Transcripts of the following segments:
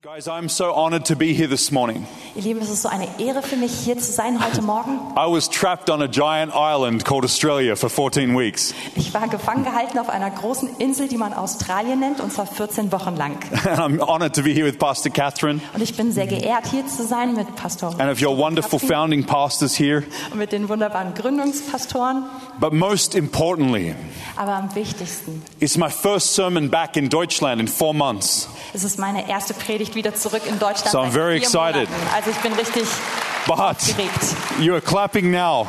Guys, I'm so honored to be here this morning. Ihr Lieben, es ist so eine Ehre für mich, hier zu sein heute Morgen. I was trapped on a giant island called Australia for 14 weeks. Ich war gefangen gehalten auf einer großen Insel, die man Australien nennt, und zwar 14 Wochen lang. And I'm honored to be here with Pastor Catherine Und ich bin sehr geehrt, hier zu sein mit Pastor and of your wonderful founding pastors here. und mit den wunderbaren Gründungspastoren. But most importantly, Aber am wichtigsten, it's my first sermon back in Deutschland in four months. es ist meine erste Predigt wieder zurück in Deutschland. So I'm seit very vier excited. Monaten. Also ich bin richtig But aufgeregt. you're clapping now.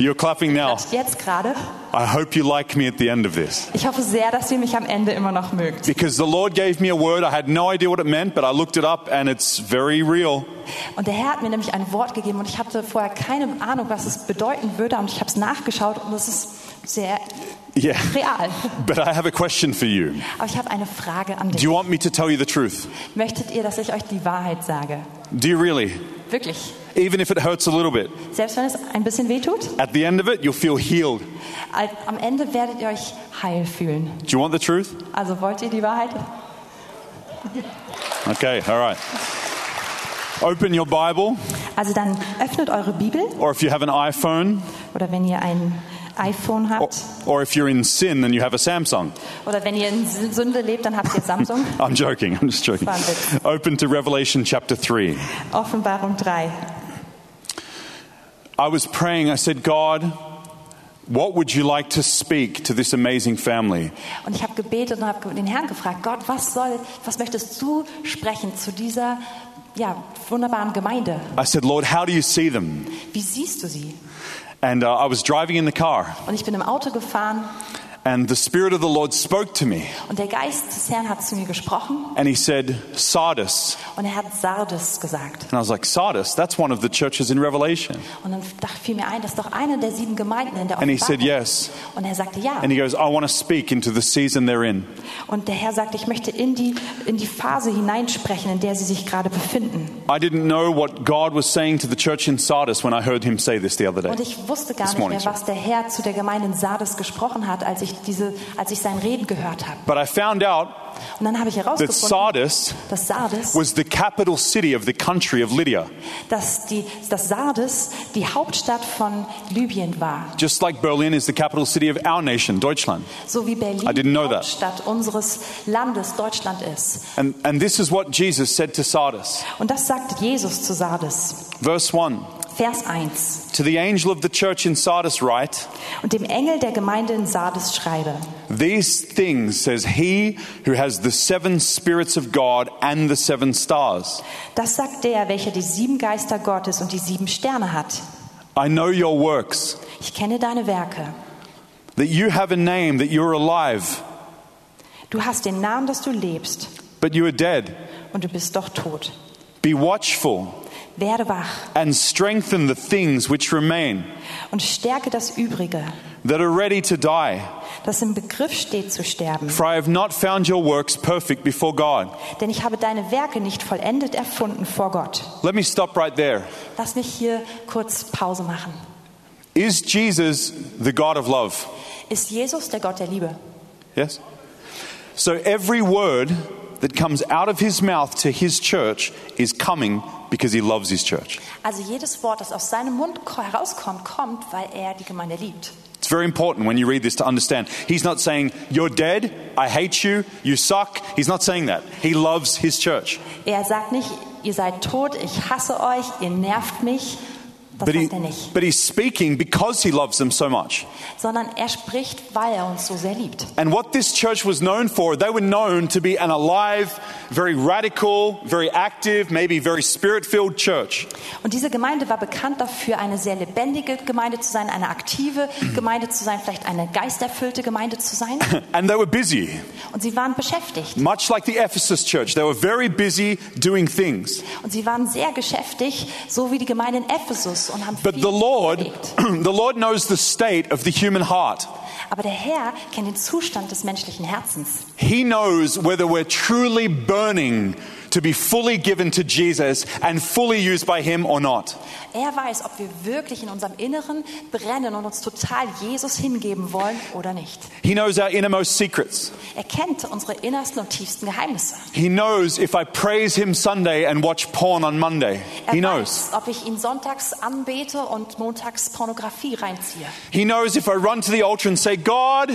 You're clapping now. Jetzt gerade. I hope you like me at the end of this. Ich hoffe sehr, dass ihr mich am Ende immer noch mögt. Because the Lord gave me a word. I had no idea what it meant, but I looked it up and it's very real. Und der Herr hat mir nämlich ein Wort gegeben und ich hatte vorher keine Ahnung, was es bedeuten würde. Und ich habe es nachgeschaut und es ist sehr Yeah. real. But I have a question for you. Aber ich habe eine Frage an Do dich. you want me to tell you the truth? Möchtet ihr, dass ich euch die Wahrheit sage? Do you really? Wirklich. Even if it hurts a little bit, Selbst wenn es ein bisschen weh tut, at the end of it, you'll feel healed. al- am Ende werdet ihr euch heil fühlen. Do you want the truth? Also wollt ihr die Wahrheit? Okay, all right. Open your Bible, Also dann öffnet eure Bibel or if you have an iPhone, oder wenn ihr ein iPhone or, habt or if you're in sin and you have a Samsung. oder wenn ihr in Sünde lebt, dann habt ihr Samsung. I'm joking, I'm just joking. Found it. Open to Revelation chapter 3. Offenbarung 3. I was praying, I said, God, what would you like to speak to this amazing family? Und ich habe gebetet und habe den Herrn gefragt, Gott, was soll, was möchtest du sprechen zu dieser ja, wunderbaren Gemeinde? I said, Lord, how do you see them? Wie siehst du sie? And uh, I was driving in the car, Und ich bin im Auto gefahren and the Spirit of the Lord spoke to me. und der Geist des Herrn hat zu mir gesprochen. And he said, Sardis. Und er hat Sardes gesagt. And I was like, Sardis? That's one of the churches in Revelation. Und dann dachte, fiel mir ein, das ist doch eine der sieben Gemeinden in der And he Offenbarung. said, Yes. Und er sagte ja. And he goes, I want to speak into the season they're in. Und der Herr sagte, ich möchte in die, in die Phase hineinsprechen, in der sie sich gerade befinden. I didn't know what God was saying to the church in Sardis when I heard him say this the other Und day. ich wusste gar This nicht morning, mehr, sorry. was der Herr zu der Gemeinde in Sardes gesprochen hat, als ich, diese, als ich sein Reden gehört habe. But I found out Und dann habe ich that herausgefunden, Sardis dass Sardes, was the capital city of the country of Lydia, dass, die, dass Sardes die Hauptstadt von Libyen war. just like Berlin is the capital city of our nation, Deutschland. So wie Berlin I didn't know die that. Hauptstadt unseres Landes Deutschland ist. And, and this is what Jesus said to Sardis. Und das sagt Jesus zu Sardes. Verse 1 Vers 1. To the angel of the church in Sardis, write, Und dem Engel der Gemeinde in Sardes schreibe, These things says he who has the seven spirits of God and the seven stars. das sagt der, welcher die sieben Geister Gottes und die sieben Sterne hat. I know your works, Ich kenne deine Werke. that you have a name, that you're alive, Du hast den Namen, dass du lebst, but you are dead. und du bist doch tot. Be watchful Werde wach and strengthen the things which remain und stärke das Übrige, that are ready to die. das im Begriff steht zu sterben. For I have not found your works perfect before God. Denn ich habe deine Werke nicht vollendet erfunden vor Gott. Let me stop right there. Lass mich hier kurz Pause machen. Is Jesus the God of love? Ist Jesus der Gott der Liebe? Yes? So every word that comes out of his mouth to his church is coming because he loves his church. Also jedes Wort, das aus seinem Mund ko- herauskommt, kommt, weil er die Gemeinde liebt. It's very important when you read this to understand. He's not saying, You're dead, I hate you, you suck. He's not saying that. He loves his church. Er sagt nicht, ihr seid tot, ich hasse euch, ihr nervt mich. Das But, he, sagt er nicht. but he's speaking because he loves them so much. Sondern er spricht, weil er uns so sehr liebt. And what this church was known for, they were known to be an alive, very radical, very active, maybe very spirit filled church. Und diese Gemeinde war bekannt dafür, eine sehr lebendige Gemeinde zu sein, eine aktive Gemeinde zu sein, vielleicht eine geisterfüllte Gemeinde zu sein. And they were busy, Und sie waren beschäftigt. much like the Ephesus church. They were very busy doing things. Und sie waren sehr geschäftig, so wie die Gemeinde in Ephesus und haben But viel the Lord, bewegt. the Lord knows the state of the human heart. Aber der Herr kennt den Zustand des menschlichen Herzens. He knows whether we're truly burning to be fully given to Jesus and fully used by Him or not. Er weiß, ob wir wirklich in unserem Inneren brennen und uns total Jesus hingeben wollen oder nicht. He knows our innermost secrets. Er kennt unsere innersten und tiefsten Geheimnisse. He knows if I praise Him Sunday and watch porn on Monday. Er He knows. weiß, ob ich ihn sonntags anbete und montags Pornografie reinziehe. He knows if I run to the altar and say, God,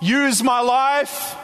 use my life,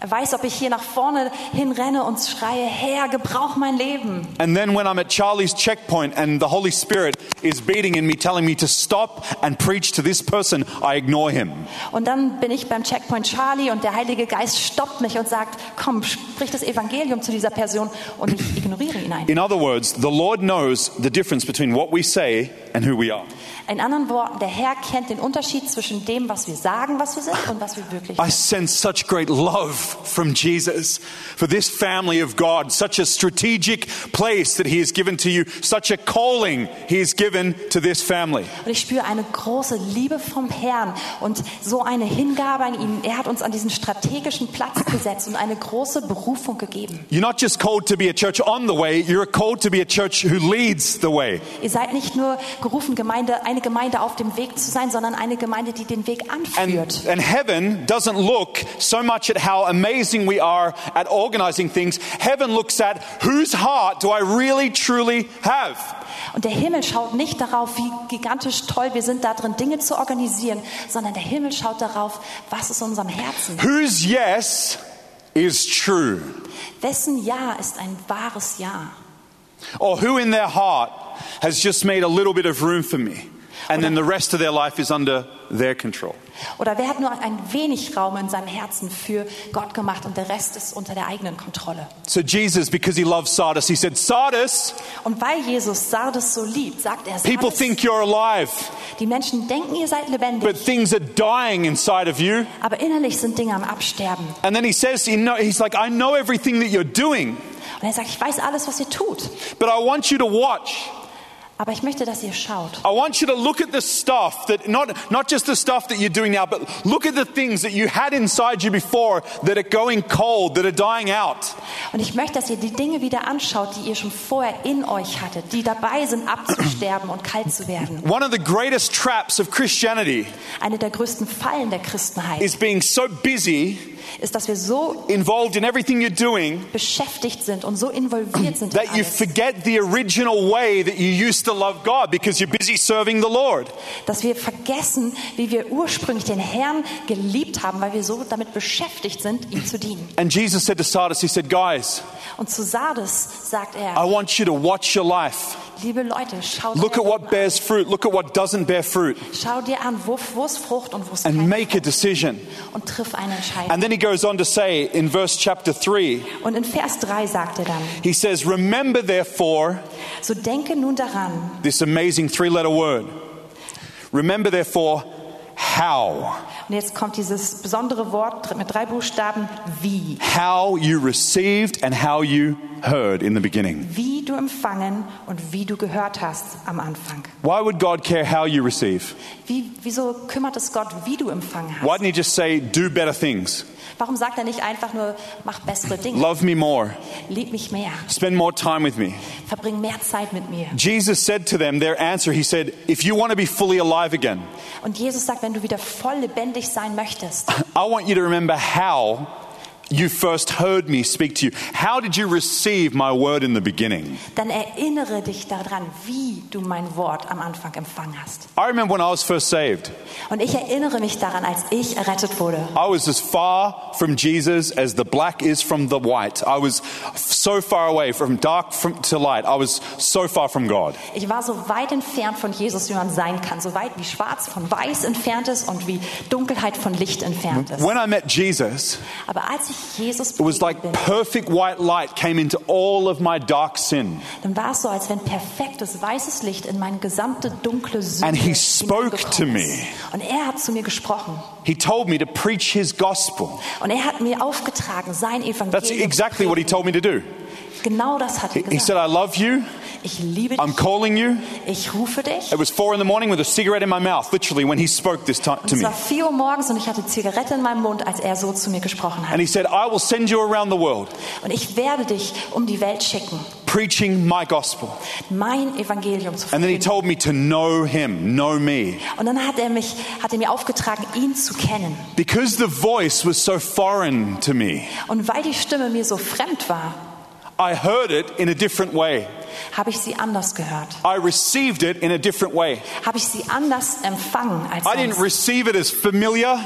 Er weiß, ob ich hier nach vorne hinrenne und schreie, Herr, gebrauch mein Leben. And then when I'm at Charlie's checkpoint and the Holy Spirit is beating in me, telling me to stop and preach to this person, I ignore him. Und dann bin ich beim Checkpoint Charlie und der Heilige Geist stoppt mich und sagt, komm, sprich das Evangelium zu dieser Person und ich ignoriere ihn ein. In other words, the Lord knows the difference between what we say and who we are. In anderen Worten, der Herr kennt den Unterschied zwischen dem, was wir sagen, was wir sind und was wir wirklich I sind. sense such great love from Jesus for this family of God, such a strategic place that He has given to you, such a calling He has given to this family. Und ich spüre eine große Liebe vom Herrn und so eine Hingabe an ihn. Er hat uns an diesen strategischen Platz gesetzt und eine große Berufung gegeben. You're not just called to be a church on the way, you're called to be a church who leads the way. Ihr seid nicht nur gerufen, Gemeinde, eine Gemeinde auf dem Weg zu sein, sondern eine Gemeinde, die den Weg anführt. And, and heaven doesn't look so much at how amazing we are at organizing things. Heaven looks at whose heart do I really truly have? Und der Himmel schaut nicht darauf, wie gigantisch toll wir sind, da drin Dinge zu organisieren, sondern der Himmel schaut darauf, was ist in unserem Herzen. Whose yes is true? Wessen Ja ist ein wahres Ja? Or who in their heart has just made a little bit of room for me? And then the rest of their life is under their control. Oder wer hat nur ein wenig Raum in seinem Herzen für Gott gemacht und der Rest ist unter der eigenen Kontrolle? So Jesus, because he loves Sardis, he said, Sardis, Und weil Jesus Sardes so liebt, sagt er, people Sardes, think you're alive, die Menschen denken, ihr seid but lebendig, things are dying inside of you. aber innerlich sind Dinge am Absterben. And then he says, he know- he's like, I know everything that you're doing. Und er sagt, ich weiß alles, was ihr tut, But I want you to watch. aber ich möchte, dass ihr schaut. I want you to look at the stuff that, not, not just the stuff that you're doing now, but look at the things that you had inside you before that are going cold, that are dying out. Und ich möchte, dass ihr die Dinge wieder anschaut, die ihr schon vorher in euch hattet, die dabei sind, abzusterben und kalt zu werden. One of the greatest traps of Christianity Eine der größten Fallen der Christenheit is being so busy, ist, dass wir so involved in everything you're doing, beschäftigt sind und so involviert sind, in that you alles, forget the original way that you used to love God because you're busy serving the Lord. dass wir vergessen, wie wir ursprünglich den Herrn geliebt haben, weil wir so damit beschäftigt sind, ihm zu dienen. And Jesus said to Sardis, He said, Guys, Und zu Sardes sagt I er, want you to watch your life. liebe Leute, schaut Look at euer what Leben bears fruit, look at what doesn't bear fruit, an. schau dir an, wo, wo ist Frucht und wo ist and keine make a decision. und triff eine Entscheidung. And then he goes on to say in verse chapter 3, Und in Vers 3 sagt er dann, he says, Remember therefore so denke nun daran, this amazing three letter word. Remember therefore how. Und jetzt kommt dieses besondere Wort mit drei Buchstaben, wie. How you received and how you heard in the beginning. Wie du empfangen und wie du gehört hast am Anfang. Why would God care how you receive? Wie, wieso kümmert es Gott, wie du empfangen Why hast? didn't he just say, Do better things, Warum sagt er nicht einfach nur, mach bessere Dinge, love me more, lieb mich mehr, spend more time with me? verbring mehr Zeit mit mir? Jesus said to them, their answer, he said, If you want to be fully alive again, Und Jesus sagt, wenn du wieder voll lebendig sein möchtest, I want you to remember how you first heard me speak to you. How did you receive my word in the beginning? dann erinnere dich daran, wie du mein Wort am Anfang empfangen hast. I remember when I was first saved, Und ich erinnere mich daran, als ich errettet wurde. I was as far from Jesus as the black is from the white. I was so far away from dark from, to light. I was so far from God. Ich war so weit entfernt von Jesus, wie man sein kann. So weit wie schwarz von weiß entfernt ist und wie Dunkelheit von Licht entfernt ist. When I met Jesus, Aber als ich Jesus it was begegnet like bin, perfect white light came into all of my dark sin. dann war es so, als wenn perfektes weißes Licht in meine gesamte dunkle Sünde And he spoke hineingekommen to me. ist. Und er hat zu mir gesprochen. He told me to preach his gospel. Und er hat mir aufgetragen, sein Evangelium. That's exactly what he told me to do. Genau das hat He er gesagt. said, I love you. Ich liebe I'm dich. calling you. Ich rufe dich. It was four in the morning with a cigarette in my mouth, literally, when he spoke this time Und to es me. war 4 Um Uhr morgens und ich hatte Zigarette in meinem Mund, als er so zu mir gesprochen And hat. he said, I will send you around the world Und ich werde dich um die Welt schicken, preaching my gospel. mein Evangelium zu And then he verkünden. told me to know him, know me. Und dann hat er, mich, hat er mir aufgetragen, ihn zu kennen. Because the voice was so foreign to me, Und weil die Stimme mir so fremd war, I heard it in a different way. habe ich sie anders gehört. I received it in a different way. Habe ich sie anders empfangen als I didn't sonst. receive it as familiar.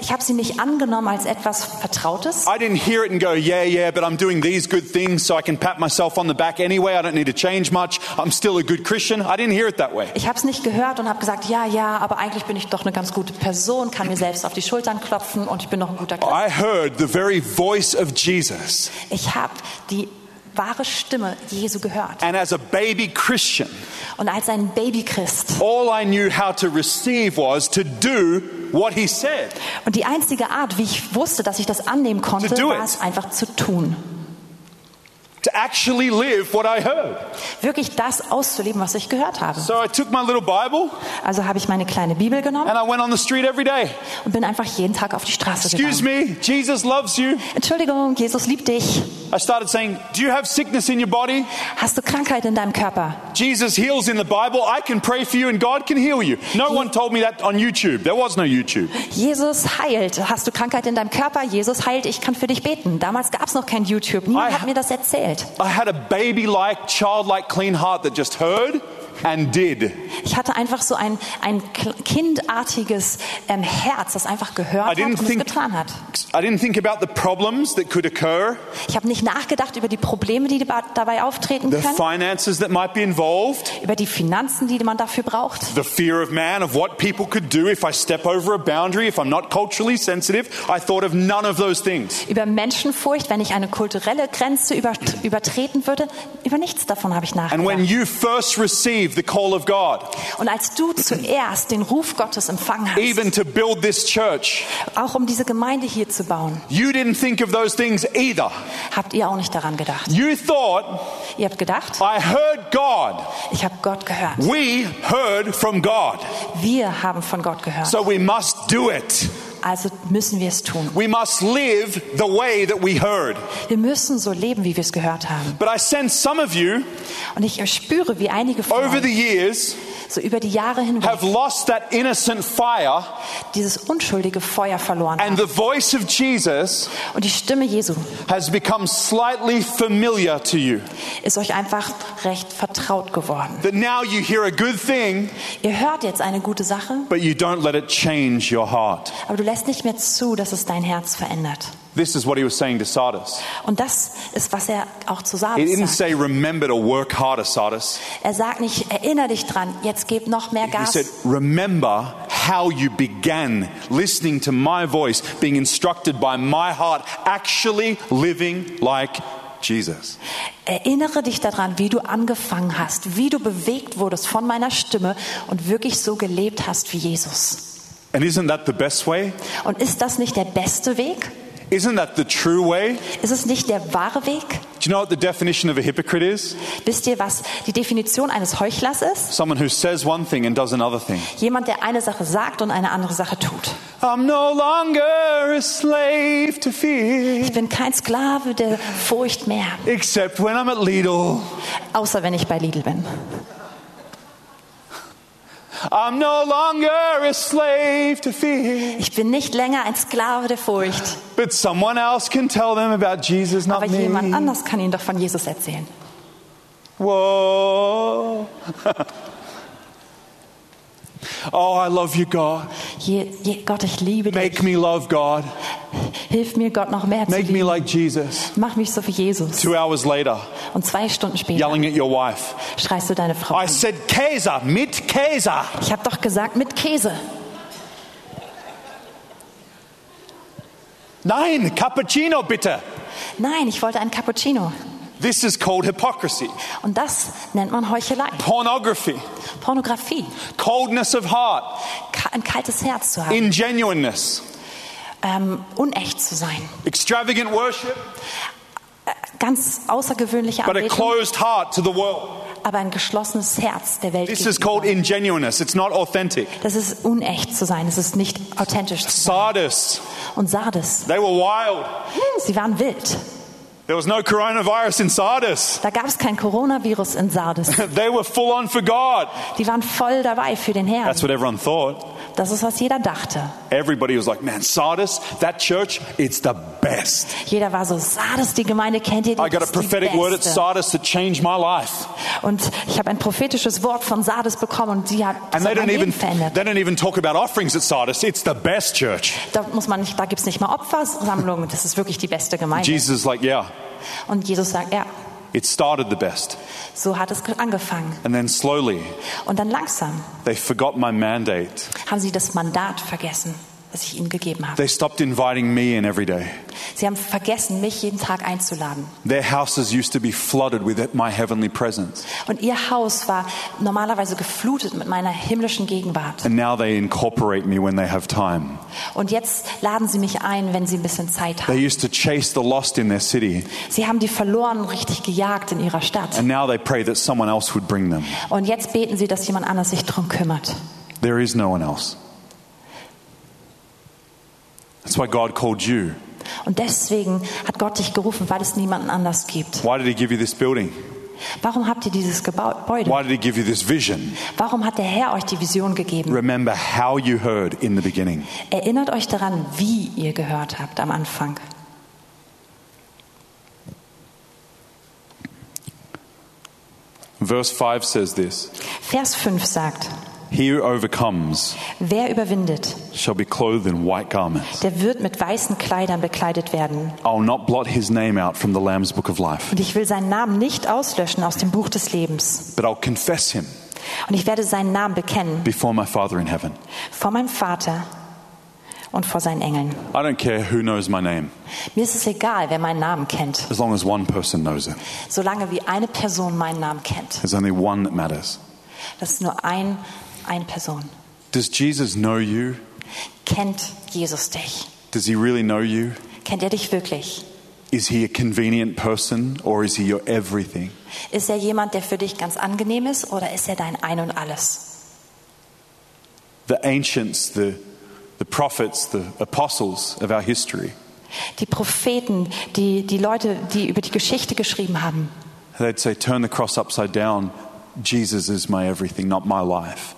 Ich habe sie nicht angenommen als etwas Vertrautes. I didn't hear it and go, yeah, yeah, but I'm doing these good things so I can pat myself on the back anyway. I don't need to change much. I'm still a good Christian. I didn't hear it that way. Ich habe es nicht gehört und habe gesagt, ja, ja, aber eigentlich bin ich doch eine ganz gute Person, kann mir selbst auf die Schultern klopfen und ich bin noch ein guter Christ. I heard the very voice of Jesus. Ich habe die wahre Stimme Jesu gehört. And as a baby Christian, Und als ein Babychrist. all I knew how to receive was to do what he said. Und die einzige Art, wie ich wusste, dass ich das annehmen konnte, To do it. war es einfach zu tun. to actually live what I heard. Wirklich das auszuleben, was ich gehört habe. So I took my little Bible Also habe ich meine kleine Bibel genommen and I went on the street every day. und bin einfach jeden Tag auf die Straße Excuse gegangen. me, Jesus loves you. Entschuldigung, Jesus liebt dich. I started saying, Do you have sickness in your body? Hast du Krankheit in deinem Körper? Jesus heals in the Bible. I can pray for you and God can heal you. No one told me that on YouTube. There was no YouTube. Jesus heilt. Hast du Krankheit in deinem Körper? Jesus heilt. Ich kann für dich beten. Damals gab es noch kein YouTube. Niemand I- hat mir das erzählt. I had a baby like, childlike, clean heart that just heard and did. Ich hatte einfach so ein, ein kl- kindartiges ähm, Herz, das einfach gehört I hat didn't und es think getan hat. I didn't think about the problems that could occur, Ich habe nicht nachgedacht über die Probleme, die deba- dabei auftreten the können, finances that might be involved, über die Finanzen, die man dafür braucht. the fear of man, of what people could do if I step over a boundary, if I'm not culturally sensitive. I thought of none of those things. Über Menschenfurcht, wenn ich eine kulturelle Grenze über, übertreten würde, über nichts davon habe ich And when nachgedacht. you first receive the call of God, Und als du zuerst den Ruf Gottes empfangen hast, even to build this church, auch um diese Gemeinde hier zu bauen, you didn't think of those things either. habt ihr auch nicht daran gedacht. You thought, Ihr habt gedacht, I heard God. ich habe Gott gehört. We heard from God. Wir haben von Gott gehört. So we must do it. Also müssen wir es tun. We must live the way that we heard. Wir müssen so leben, wie wir es gehört haben. But I sense some of you Und ich spüre, wie einige von over the euch years so über die Jahre hinweg have lost that innocent fire dieses unschuldige Feuer verloren and haben. the voice of Jesus Und die Stimme Jesu has become slightly familiar to you. ist euch einfach recht vertraut geworden. That now you hear a good thing, Ihr hört jetzt eine gute Sache, but you don't let it change your heart. aber du lässt nicht mehr zu, dass es dein Herz verändert. This is what he was saying to Sardis. Und das ist, was er auch zu He Sardis didn't sagt. say, Remember to work harder, Sardis. Er sagt nicht, erinnere dich dran, jetzt gib noch mehr He Gas. said, Remember how you began listening to my voice, being instructed by my heart, actually living like Jesus. Erinnere dich daran, wie du angefangen hast, wie du bewegt wurdest von meiner Stimme und wirklich so gelebt hast wie Jesus. And isn't that the best way? Und ist das nicht der beste Weg? Isn't that the true way? Ist es nicht der wahre Weg? Do you know what the definition of a hypocrite is? Wisst ihr, was die Definition eines Heuchlers ist? Someone who says one thing and does another thing. Jemand, der eine Sache sagt und eine andere Sache tut. I'm no longer a slave to fear, Ich bin kein Sklave der Furcht mehr, except when I'm at Lidl. außer wenn ich bei Lidl bin. I'm no longer a slave to fear. Ich bin nicht länger ein Sklave der Furcht, But someone else can tell them about Jesus, not aber jemand me. anders kann ihnen doch von Jesus erzählen. Whoa. oh, I love you, God. Je, je, Gott, ich liebe dich. Make me love God. Hilf mir, Gott noch mehr zu Make me lieben. like Jesus. Mach mich so wie Jesus. Two hours later, Und zwei Stunden später yelling at your wife. schreist du deine Frau I an. said, Käse, mit Käse. Ich habe doch gesagt, mit Käse. Nein, Cappuccino, bitte. Nein, ich wollte einen Cappuccino. This is called hypocrisy, Und das nennt man Heuchelei. pornography, Pornografie. coldness of heart, Ka ein kaltes Herz zu haben. ingenuineness, Ähm, unecht zu sein. extravagant worship, Ganz außergewöhnliche but a Anbetung, closed heart to the world. aber ein geschlossenes Herz der Welt This is gegenüber. called ingenuineness. It's not authentic. Das ist unecht zu sein, das ist nicht authentisch zu sein. Sardis, Und Sardes, they were wild. sie waren wild. There was no coronavirus in Sardis. Da gab es kein Coronavirus in Sardes. They were full on for God. Die waren voll dabei für den Herrn. That's what everyone thought. Das ist, was jeder dachte. Everybody was like, man, Sardis, that church, it's the best. Jeder war so, Sardes, die Gemeinde kennt ihr, die I got a ist die prophetic word at Beste. Sardis that changed my life. Und ich habe ein prophetisches Wort von Sardes bekommen und die hat And they das hat mein don't even Leben verändert. they don't even talk about offerings at Sardis. It's the best church. Da, muss man nicht, da gibt es nicht mal Opfersammlungen, das ist wirklich die beste Gemeinde. Jesus is like, yeah, Und Jesus sagt, ja, it started the best. so hat es ge- angefangen. And then slowly Und dann langsam they forgot my mandate. haben sie das Mandat vergessen, das ich ihnen gegeben habe. They stopped inviting me in every day. Sie haben vergessen, mich jeden Tag einzuladen. Their houses used to be flooded with my heavenly presence. Und ihr Haus war normalerweise geflutet mit meiner himmlischen Gegenwart. And now they incorporate me when they have time. Und jetzt laden sie mich ein, wenn sie ein bisschen Zeit They haben. used to chase the lost in their city. Sie haben die Verlorenen richtig gejagt in ihrer Stadt. And now they pray that someone else would bring them. Und jetzt beten sie, dass jemand anders sich drum kümmert. There is no one else. That's why God called you. Und deswegen hat Gott dich gerufen, weil es niemanden anders gibt. Why did He give you this building? Warum habt ihr dieses Gebäude? Why did He give you this vision? Warum hat der Herr euch die Vision gegeben? Remember how you heard in the beginning. Erinnert euch daran, wie ihr gehört habt am Anfang. Verse 5 says this Vers 5 sagt, He who overcomes wer überwindet, shall be clothed in white garments. der wird mit weißen Kleidern bekleidet werden. I'll not blot his name out from the Lamb's book of life, Und ich will seinen Namen nicht auslöschen aus dem Buch des Lebens. but I'll confess him Und ich werde seinen Namen bekennen before my Father in heaven. vor meinem Vater und vor seinen Engeln. I don't care who knows my name, Mir ist es egal, wer meinen Namen kennt, as long as one person knows it. solange wie eine Person meinen Namen kennt. There's only one that matters. Das ist nur ein, eine Person. Does Jesus know you? Kennt Jesus dich? Does he really know you? Kennt er dich wirklich? Is he a convenient person or is he your everything? Ist er jemand, der für dich ganz angenehm ist oder ist er dein Ein und Alles? The ancients, the, the prophets, the apostles of our history, Die Propheten, die, die Leute, die über die Geschichte geschrieben haben, They'd say, Turn the cross upside down. Jesus is my everything, not my life.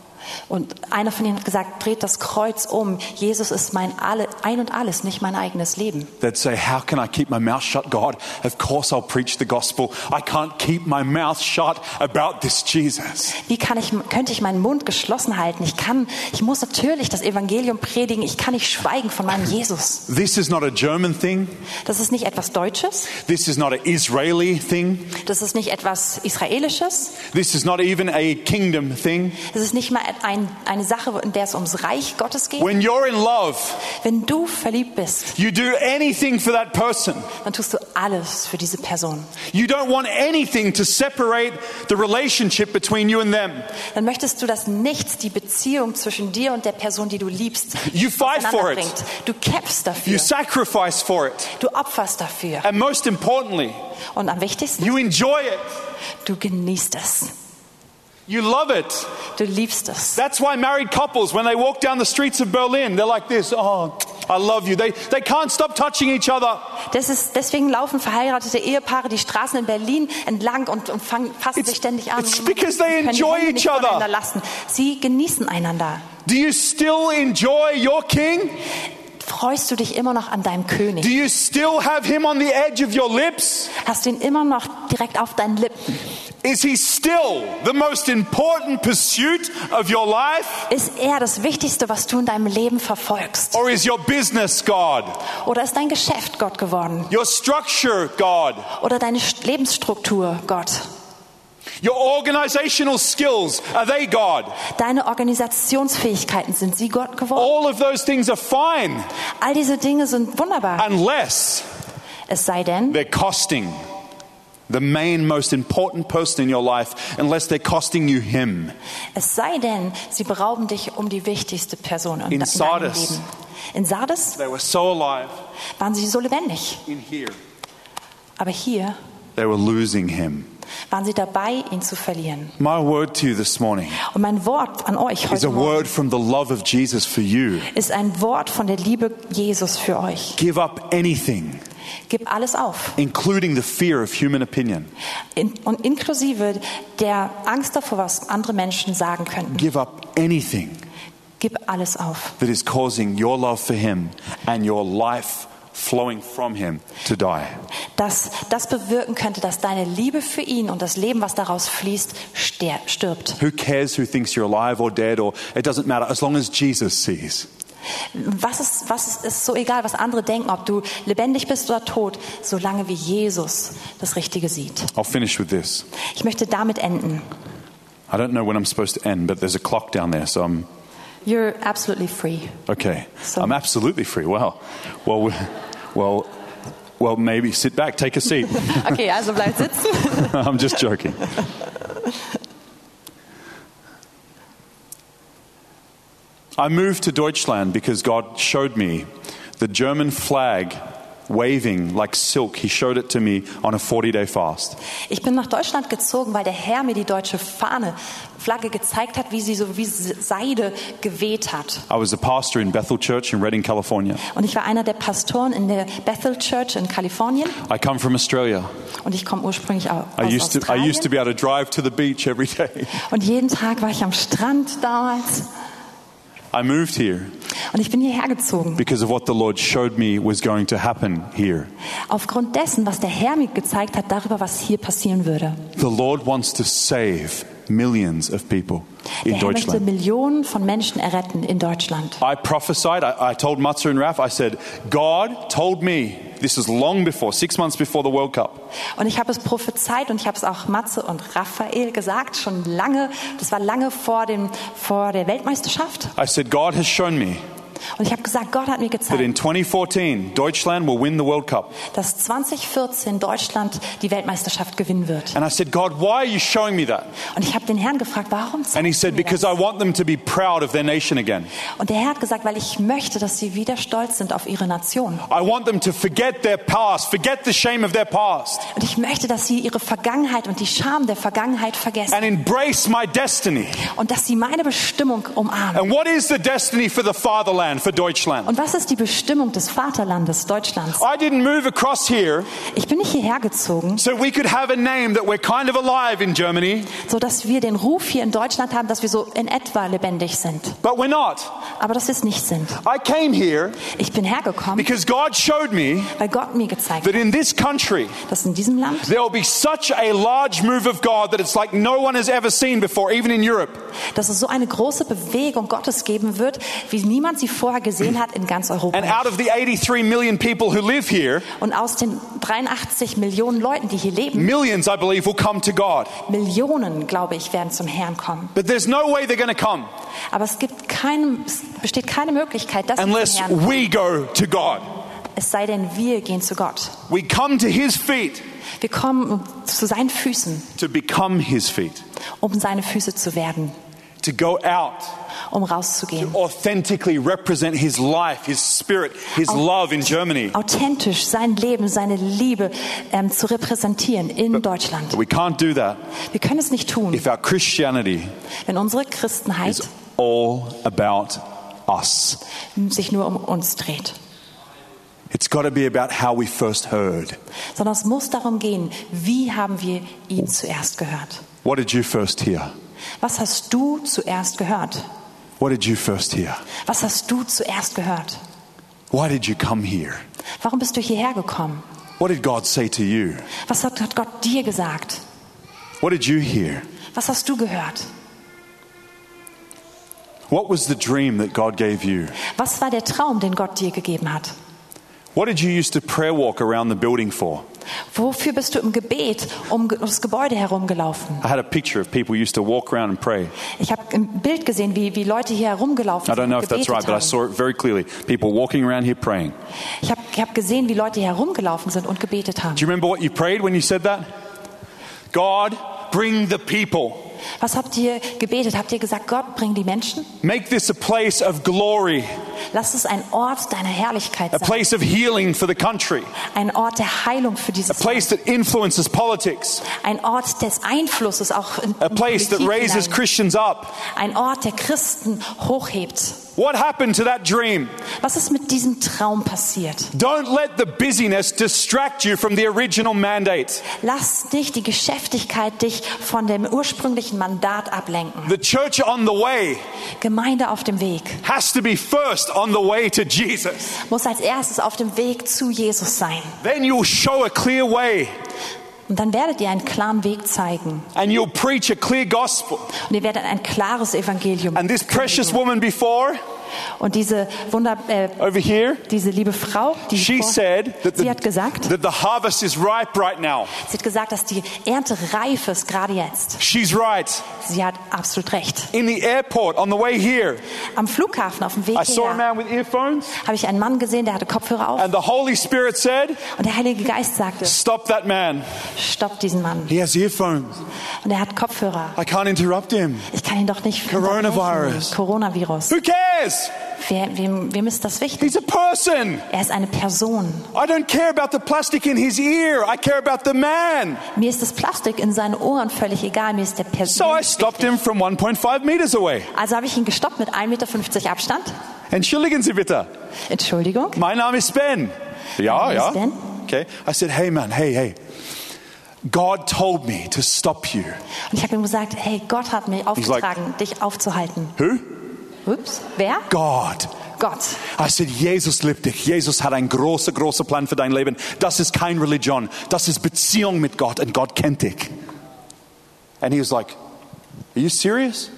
Und einer von ihnen hat gesagt, dreht das Kreuz um. Jesus ist mein alle, Ein und Alles, nicht mein eigenes Leben. They'd say, How can I keep my mouth shut, God? Of course I'll preach the gospel. I can't keep my mouth shut about this Jesus. Wie kann ich, könnte ich meinen Mund geschlossen halten? Ich kann, ich muss natürlich das Evangelium predigen. Ich kann nicht schweigen von meinem Jesus. This is not a German thing. Das ist nicht etwas Deutsches. This is not an Israeli thing. Das ist nicht etwas Israelisches. This is not even a kingdom thing. Das ist nicht mal ein, eine Sache, in der es ums Reich Gottes geht. When you're in love, Wenn du verliebt bist, you do anything for that person. dann tust du alles für diese Person. You don't want anything to separate the relationship between you and them. Dann möchtest du, dass nichts die Beziehung zwischen dir und der Person, die du liebst, You fight for it. auseinanderbringt. Du kämpfst You dafür. sacrifice for it. Du opferst dafür. And most importantly, Und am wichtigsten, You enjoy it. du genießt es. You love it. Du liebst es. That's why married couples, when they walk down the streets of Berlin, they're like this Oh, I love you. They, they can't stop touching each other. Das ist, deswegen laufen verheiratete Ehepaare die Straßen in Berlin entlang und, und fangen, fassen It's- sich ständig an. it's because they Sie können die enjoy Hände each nicht other. voneinander Lassen. Sie genießen einander. Do you still enjoy your king? Freust du dich immer noch an deinem Do König? you still have him on the edge of your lips? Hast du ihn immer noch direkt auf deinen Lippen? Is he still the most important pursuit of your life? Ist er das Wichtigste, was du in deinem Leben verfolgst? Or is your business God? Oder ist dein Geschäft Gott geworden? Your structure God? Oder deine St- Lebensstruktur Gott? Your organizational skills? Are they God? Deine Organisationsfähigkeiten, sind sie Gott geworden? All of those things are fine All diese Dinge sind wunderbar. unless Es sei denn, they're costing the main, most important person in your life, unless they're costing you him. es sei denn, sie berauben dich um die wichtigste Person in, In de- in deinem Sardes. Leben. In Sardes They were so alive waren sie so lebendig, in here. aber hier They were losing him. waren sie dabei, ihn zu verlieren. My word to you this morning Und mein Wort an euch is heute a Morgen word from the love of Jesus for you. ist ein Wort von der Liebe Jesus für euch. Give up anything, Gib alles auf. including the fear of human opinion. In, und inklusive der Angst davor, was andere Menschen sagen könnten. Give up anything Gib alles auf. that is causing your love for Him and your life flowing from Him to die. Dass das bewirken könnte, dass deine Liebe für ihn und das Leben, was daraus fließt, ster- stirbt. Who cares who thinks you're alive or dead or it doesn't matter as long as Jesus sees. Was ist, was ist, ist so egal, was andere denken, ob du lebendig bist oder tot, solange wie Jesus das Richtige sieht. I'll finish with this. Ich möchte damit enden. I don't know when I'm supposed to end, but there's a clock down there, so I'm You're absolutely free. okay. So- I'm absolutely free. Wow. Well, we- well, well, maybe sit back, take a seat. Okay, also bleib sitzen. I'm just joking. I moved to Deutschland because God showed me the German flag waving like silk. He showed it to me on a 40 day fast. Ich bin nach Deutschland gezogen, weil der Herr mir die deutsche Fahne, Flagge gezeigt hat, wie sie so wie Seide geweht hat. I was a pastor in Bethel Church in Redding, California. Und ich war einer der Pastoren in der Bethel Church in Kalifornien I come from Australia. und ich komme ursprünglich au- I aus used, to, I Australien. used to be able to drive to the beach every day. und jeden Tag war ich am Strand damals I moved here und ich bin hierher gezogen. because of what the Lord showed me was going to happen here. Aufgrund dessen, was der Herr mir gezeigt hat, darüber, was hier passieren würde. The Lord wants to save millions of people Der in Herr möchte Deutschland. Millionen von Menschen erretten in Deutschland. I prophesied, I, I told Matsu and Raf, I said, God told me, this is long before, six months before the World Cup, Und ich habe es prophezeit und ich habe es auch Matze und Raphael gesagt, schon lange, das war lange vor, dem, vor der Weltmeisterschaft. I said, God has shown me Und ich habe gesagt, Gott hat mir that in gezeigt, 2014, Deutschland will win the World Cup. dass 2014 Deutschland die Weltmeisterschaft gewinnen wird. And I said, God, why are you showing me that? Und ich habe den Herrn gefragt, warum zeigst And he du said, mir das? because I want them to be proud of their nation again. Und der Herr hat gesagt, weil ich möchte, dass sie wieder stolz sind auf ihre Nation. I want them to forget their past, forget the shame of their past, Und ich möchte, dass sie ihre Vergangenheit und die Scham der Vergangenheit vergessen. and embrace my destiny. und dass sie meine Bestimmung umarmen. And what is the destiny for the fatherland, for Deutschland? Und was ist die Bestimmung des Vaterlandes Deutschlands? I didn't move across here Ich bin nicht hierher gezogen, so we could have a name that we're kind of alive in Germany, so dass wir den Ruf hier in Deutschland haben, dass wir so in etwa lebendig sind, but we're not. aber dass wir es nicht sind. I came here Ich bin hergekommen, because God showed me weil Gott mir gezeigt that hat, in this country, dass in diesem Land, there will be such a large move of God that it's like no one has ever seen before, even in Europe. dass es so eine große Bewegung Gottes geben wird, wie niemand sie vorher gesehen hat in ganz And out Europa. of the 83 million people who live here, Und aus den 83 Millionen Leuten, die hier leben, millions, I believe, will come to God. Millionen, glaube ich, werden zum Herrn kommen. But there's no way they're going to come Aber es gibt keine, es besteht keine Möglichkeit, dass sie zum unless Herrn we go to God. Es sei denn, wir gehen zu Gott. We come to His feet Wir kommen um zu seinen Füßen, to become His feet, um seine Füße zu werden, to go out, um rauszugehen. authentically represent His life, His spirit, His love in Germany. Authentisch sein Leben, seine Liebe ähm, zu repräsentieren in Deutschland. But we can't do that Wir können es nicht tun, if our Christianity wenn unsere Christenheit is all about us. sich nur um uns dreht. It's got to be about how we first heard. Sondern es muss darum gehen, wie haben wir ihn zuerst gehört? What did you first hear? Was hast du zuerst gehört? What did you first hear? Was hast du zuerst gehört? Why did you come here? Warum bist du hierher gekommen? What did God say to you? Was hat hat Gott dir gesagt? What did you hear? Was hast du gehört? What was the dream that God gave you? Was war der Traum, den Gott dir gegeben hat? What did you used to prayer walk around the building for? Wofür bist du im Gebet um ge- das Gebäude herumgelaufen? I had a picture of people used to walk around and pray. Ich habe ein Bild gesehen, wie, wie Leute hier herumgelaufen I sind. don't know und if that's gebetet right, but I haben. saw it very clearly. People walking around here praying. Do Ich habe ich hab gesehen, wie Leute hier herumgelaufen sind und gebetet haben. you remember what you prayed when you said that? God, bring the people. Was habt ihr gebetet? Habt ihr gesagt, Gott, bring die Menschen? Make this a place of glory, Lass es ein Ort deiner Herrlichkeit a sein. place of healing for the country, Ein Ort der Heilung für a dieses place that influences politics, Land. Ein Ort des Einflusses auch in, a in place that Politik raises hinein. Christians up. Ein Ort, der Christen hochhebt. What happened to that dream? Was ist mit diesem Traum passiert? Don't let the busyness distract you from the original mandate. Lass nicht die Geschäftigkeit dich von dem ursprünglichen Mandat ablenken. The church on the way Gemeinde auf dem Weg has to be first on the way to Jesus. muss als erstes auf dem Weg zu Jesus sein. Then you'll show a clear way Und dann werdet ihr einen klaren Weg zeigen. and you'll preach a clear gospel. Und ihr werdet ein klares Evangelium. And this precious woman before, Und diese Wunder, äh, over here, diese liebe Frau, die she vor- said that the, sie hat gesagt, that the harvest is ripe right now. sie hat gesagt, dass die Ernte reif ist gerade jetzt. She's right. Sie hat absolut recht. In the airport on the way here, Am Flughafen auf dem Weg I saw a hierher man with earphones, habe ich einen Mann gesehen, der hatte Kopfhörer auf and the Holy Spirit said, und der Heilige Geist sagte, Stop that man. stopp diesen Mann. He has earphones. Und er hat Kopfhörer. I can't interrupt him. Ich kann ihn doch nicht Coronavirus. unterbrechen. Coronavirus. Who cares? Wer, wem, wem ist das wichtig? He's a person. Er ist eine Person. I don't care about the plastic in his ear. I care about the man. Mir ist das Plastik in seinen Ohren völlig egal. Mir ist der So Person. I stopped him from 1.5 meters away. Also habe ich ihn gestoppt mit 1,50 Meter Abstand. Entschuldigen Sie bitte. Entschuldigung. My name is Ben. My Yeah, name yeah. is Ben. Okay. I said, hey man, hey, hey. God told me to stop you. Und ich habe ihm gesagt, hey, Gott hat mir aufgetragen, dich aufzuhalten. Who? Ups, wer? God. Gott. I said, Jesus liebt dich. Jesus hat einen großen, großen Plan für dein Leben. Das ist kein Religion. Das ist Beziehung mit Gott und Gott kennt dich. And he was like, are you serious?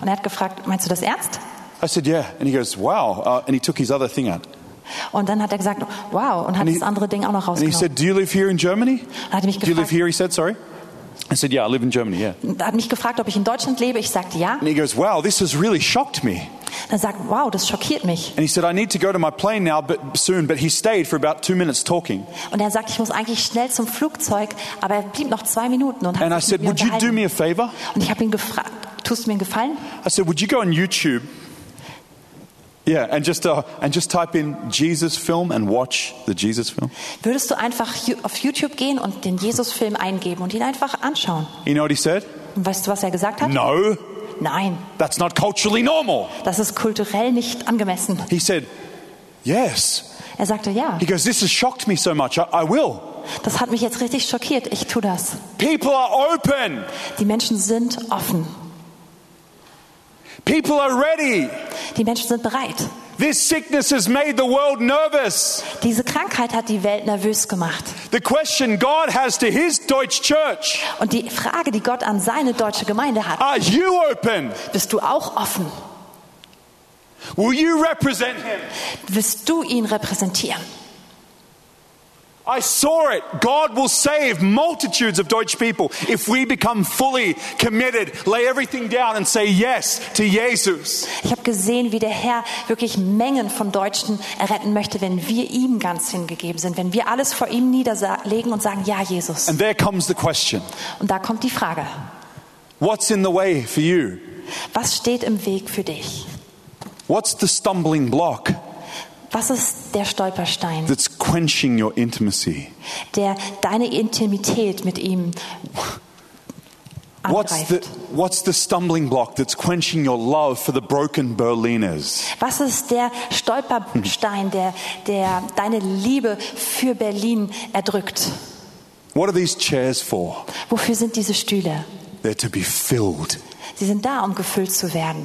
Und er hat gefragt, meinst du das ernst? I said, yeah. And he goes, wow. Uh, and he took his other thing out. Und dann hat er gesagt, wow, und hat And he- das andere Ding auch noch And he rausgenommen. said, do you live here in Germany? Und hat mich Do you live gefragt, here? He said, sorry. I said, yeah, I live in Germany, yeah. hat mich gefragt, ob ich in Deutschland lebe. Ich sagte ja. And he goes, wow, this has really shocked me. Dann sagt, wow, das schockiert mich. And he said, I need to go to my plane now, but soon. But he stayed for about two minutes talking. Und er sagt, ich muss eigentlich schnell zum Flugzeug, aber er blieb noch zwei Minuten und hat And I sich said, mit would mir you do unterhalten. me a favor? Und ich habe ihn gefragt, tust du mir einen Gefallen? I said, would you go on YouTube? Yeah, and just, uh, and just type in Jesus film and watch the Jesus film. Würdest du einfach ju- auf YouTube gehen und den Jesus-Film eingeben und ihn einfach anschauen? You know what he said? Und weißt du, was er gesagt hat? No, Nein, that's not culturally normal. das ist kulturell nicht angemessen. He said, yes. Er sagte, ja, He goes, this has shocked me so much. I, I will. das hat mich jetzt richtig schockiert. Ich tue das. People are open. Die Menschen sind offen. People are ready. Die Menschen sind bereit. This sickness has made the world nervous. Diese Krankheit hat die Welt nervös gemacht. The question God has to his Deutsch church Und die Frage, die Gott an seine deutsche Gemeinde hat, Are you open? bist du auch offen? Will you represent him? Willst du ihn repräsentieren? I saw it. God will save multitudes of Deutsch people if we become fully committed, lay everything down, and say yes to Jesus. Ich habe gesehen, wie der Herr wirklich Mengen von Deutschen erretten möchte, wenn wir ihm ganz hingegeben sind, wenn wir alles vor ihm niederlegen und sagen, ja, Jesus. And there comes the question Und da kommt die Frage, What's in the way for you? was steht im Weg für dich? What's the stumbling block Was ist der Stolperstein, that's quenching your intimacy? der deine Intimität mit ihm What's the, angreift? what's the stumbling block that's quenching your love for the broken Berliners? Was ist der Stolperstein, der, der deine Liebe für Berlin erdrückt? What are these chairs for? Wofür sind diese Stühle? They're to be filled. Sie sind da, um gefüllt zu werden.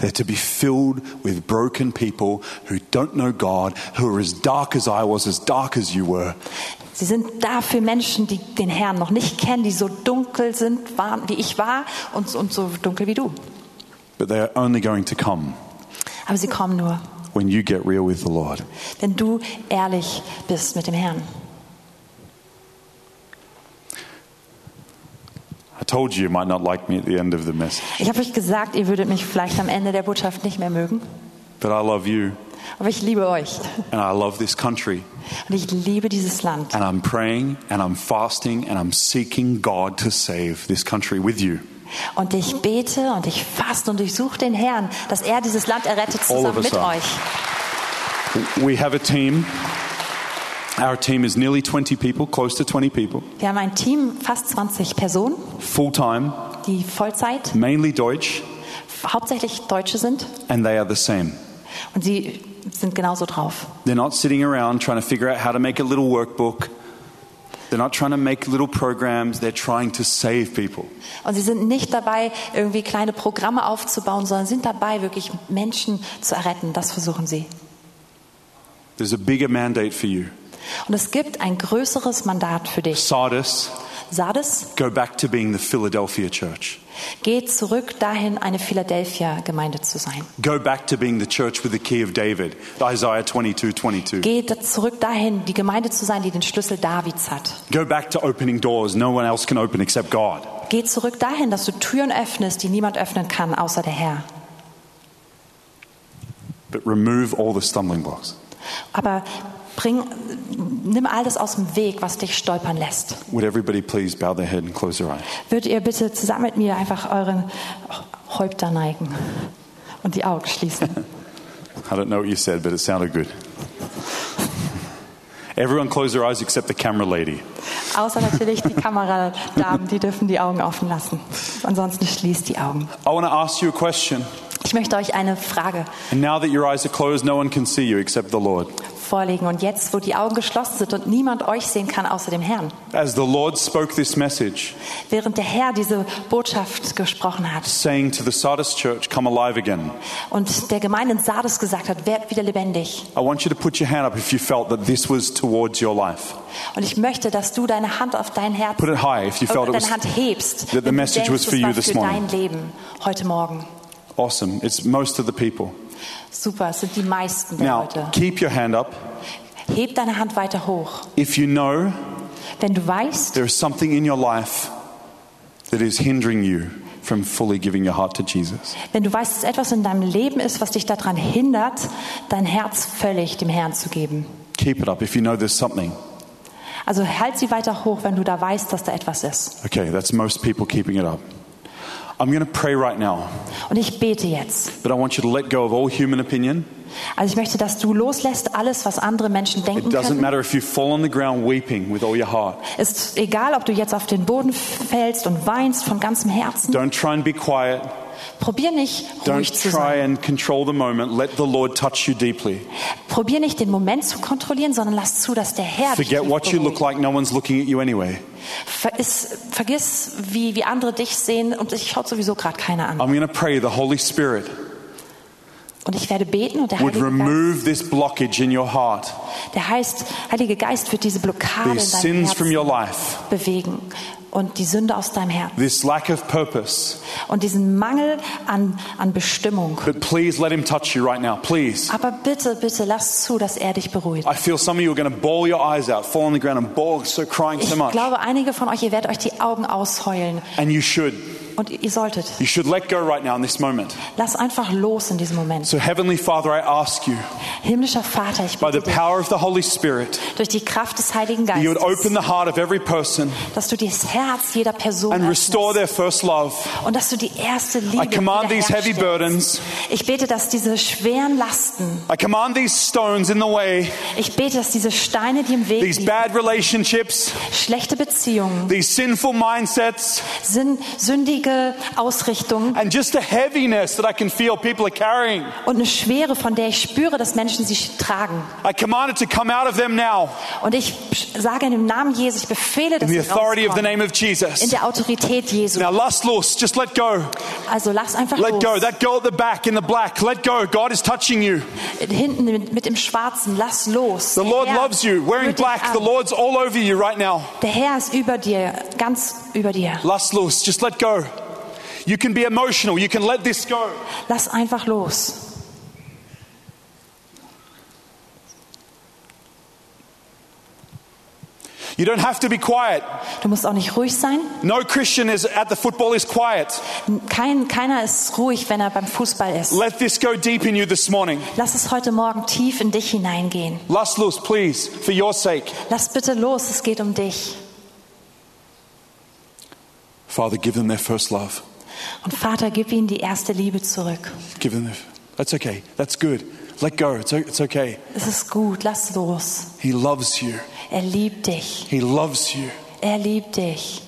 They're to be filled with broken people who don't know God, who are as dark as I was, as dark as you were. Sie sind da für Menschen, die den Herrn noch nicht kennen, die so dunkel sind, waren, wie ich war und, und so dunkel wie du. But they are only going to come Aber sie kommen nur, when you get real with the Lord. wenn du ehrlich bist mit dem Herrn. I told you you might not like me at the end of the message, Ich habe euch gesagt, ihr würdet mich vielleicht am Ende der Botschaft nicht mehr mögen, but I love you aber ich liebe euch and I love this country. und ich liebe dieses Land. And I'm praying and I'm fasting and I'm seeking God to save this country with you. Und ich bete und ich faste und ich suche den Herrn, dass er dieses Land errettet All of zusammen us mit are. euch. We have a team. Our team is nearly 20 people, close to 20 people, Wir haben ein Team, fast 20 Personen, full time, die Vollzeit, mainly Deutsch, hauptsächlich Deutsche sind. and they are the same. Und sie sind genauso drauf. They're not sitting around trying to figure out how to make a little workbook. They're not trying to make little programs. They're trying to save people. Und sie sind nicht dabei, irgendwie kleine Programme aufzubauen, sondern sind dabei, wirklich Menschen zu erretten. Das versuchen sie. There's a bigger mandate for you. Und es gibt ein größeres Mandat für dich. Sardis, Sardes, go back to being the Philadelphia church. geht zurück dahin, eine Philadelphia-Gemeinde zu sein. Go back to being the church with the key of David, Isaiah 22 22. Geht zurück dahin, die Gemeinde zu sein, die den Schlüssel Davids hat. Go back to opening doors no one else can open except God. Geht zurück dahin, dass du Türen öffnest, die niemand öffnen kann, außer der Herr. But remove all the stumbling blocks. Aber bring, nimm all das aus dem Weg, was dich stolpern lässt. Would everybody please bow their head and close their eyes? Würdet ihr bitte zusammen mit mir einfach eure Häupter neigen und die Augen schließen? I don't know what you said, but it sounded good. Everyone close their eyes except the camera lady. Außer natürlich die Kameradamen, die dürfen die Augen offen lassen. Ansonsten schließt die Augen. I want to ask you a question. Ich möchte euch eine Frage And now that your eyes are closed, no one can see you except the Lord. vorlegen. Und jetzt, wo die Augen geschlossen sind und niemand euch sehen kann außer dem Herrn, As the Lord spoke this message, während der Herr diese Botschaft gesprochen hat saying to the Sardis church, Come alive again, und der Gemeinde in Sardes gesagt hat, werdet wieder lebendig. I want you to put your hand up if you felt that this was towards your life. Und ich möchte, dass du deine Hand auf dein Herz, Put it high if you felt it deine was. Hand that hebst, the wenn du message denkst, was for es you war this für morning. dein Leben heute Morgen. Awesome. It's most of the people. Super, es sind die meisten der Now, Leute. keep your hand up. Heb deine Hand weiter hoch. If you know Wenn du weißt, there is something in your life that is hindering you from fully giving your heart to Jesus, wenn du weißt, dass etwas in deinem Leben ist, was dich daran hindert, dein Herz völlig dem Herrn zu geben. keep it up if you know there's something. Also halt sie weiter hoch, wenn du da weißt, dass da etwas ist. Okay, that's most people keeping it up. I'm going to pray right now, Und ich bete jetzt. but I want you to let go of all human opinion. Also ich möchte, dass du loslässt alles, was andere Menschen It denken doesn't können. matter if you fall on the ground weeping with all your heart. Ist egal, ob du jetzt auf den Boden fällst und weinst von ganzem Herzen. Don't try and be quiet. Probier nicht Don't ruhig zu try sein. and control the moment. Let the Lord touch you deeply. Probier nicht den Moment zu kontrollieren, sondern lass zu, dass der Herr dich Forget tief what you berührt. look like. No one's looking at you anyway. Ver ist, vergiss, wie, wie andere dich sehen und ich schaut sowieso gerade keiner an. I'm going to pray the Holy Spirit Und ich werde beten und der would Heilige, remove this blockage in your heart, Geist, der heißt, Heilige Geist wird diese Blockade these in deinem sins from your life, Herzen bewegen und die Sünde aus deinem Herzen this lack of purpose. und diesen Mangel an, an Bestimmung. But please let Him touch you right now. Please. Aber bitte, bitte lass zu, dass er dich beruhigt. I feel some of you are going to bawl your eyes out, fall on the ground and bawl, so crying Ich so much. glaube, einige von euch, ihr werdet euch die Augen ausheulen And you should. und ihr solltet. You should let go right now in this moment. Lass einfach los in diesem Moment. So, Heavenly Father, I ask you, Himmlischer Vater, ich by the bitte dich, power of the Holy Spirit, durch die Kraft des Heiligen that you would Geistes, open the heart of every person dass du das Herz jeder Person and öffnest. restore their first love. Und dass du die erste Liebe I command these heavy wiederherstellst. burdens, Ich bete, dass diese schweren Lasten, I command these stones in the way, ich bete, dass diese Steine, die im Weg these liegen, bad relationships, schlechte Beziehungen, these sinful mindsets, sinn, sündige Ausrichtungen and just the heaviness that I can feel people are carrying. und eine Schwere, von der ich spüre, dass Menschen sie tragen. I command it to come out of them now Und ich sage in dem Namen Jesu, ich befehle, dass in the sie authority of the rauskommen. name of Jesus. in der Autorität Jesu. Now, lust, loose, just let go. Also lass einfach Let los. go. That girl at the back in the black, let go. God is touching you. Hinten mit, mit dem Schwarzen, lass los. The Lord Der Herr loves you. Wearing rührt dich black, an. the Lord's all over you right now. Der Herr ist über dir, ganz über dir. Lust loose, just let go. You can be emotional, you can let this go. Lass einfach los. You don't have to be quiet. Du musst auch nicht ruhig sein. No Christian is at the football is quiet. Kein, keiner ist ruhig, wenn er beim Fußball ist. Let this go deep in you this morning. Lass es heute Morgen tief in dich hineingehen. Lust loose, please, for your sake. Lass bitte los, es geht um dich. Father, give them their first love. Und Vater, gib ihnen die erste Liebe zurück. Give them the, that's okay. That's good. Let go. It's, o- it's okay. Es ist gut, lass los. He loves you. Er liebt dich. He loves you. Er liebt dich.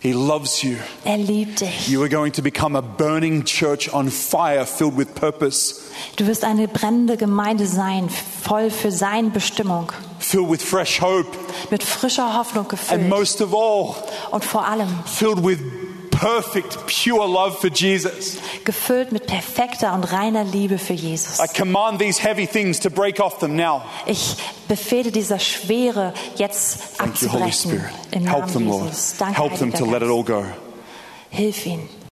He loves you. Er liebt dich. You are going to become a burning church on fire filled with purpose, Du wirst eine brennende Gemeinde sein, voll für seine Bestimmung, filled with fresh hope, mit frischer Hoffnung and gefüllt most of all, und vor allem filled with perfect, pure love for Jesus. gefüllt mit perfekter und reiner Liebe für Jesus. I command these heavy things to break off them now. Ich befehle dieser Schwere jetzt Thank you, Holy abzubrechen. Spirit. Im Help Namen them, Lord. Jesus. Danke, Help them Heiliger to let it Geist. all go. Hilf ihnen.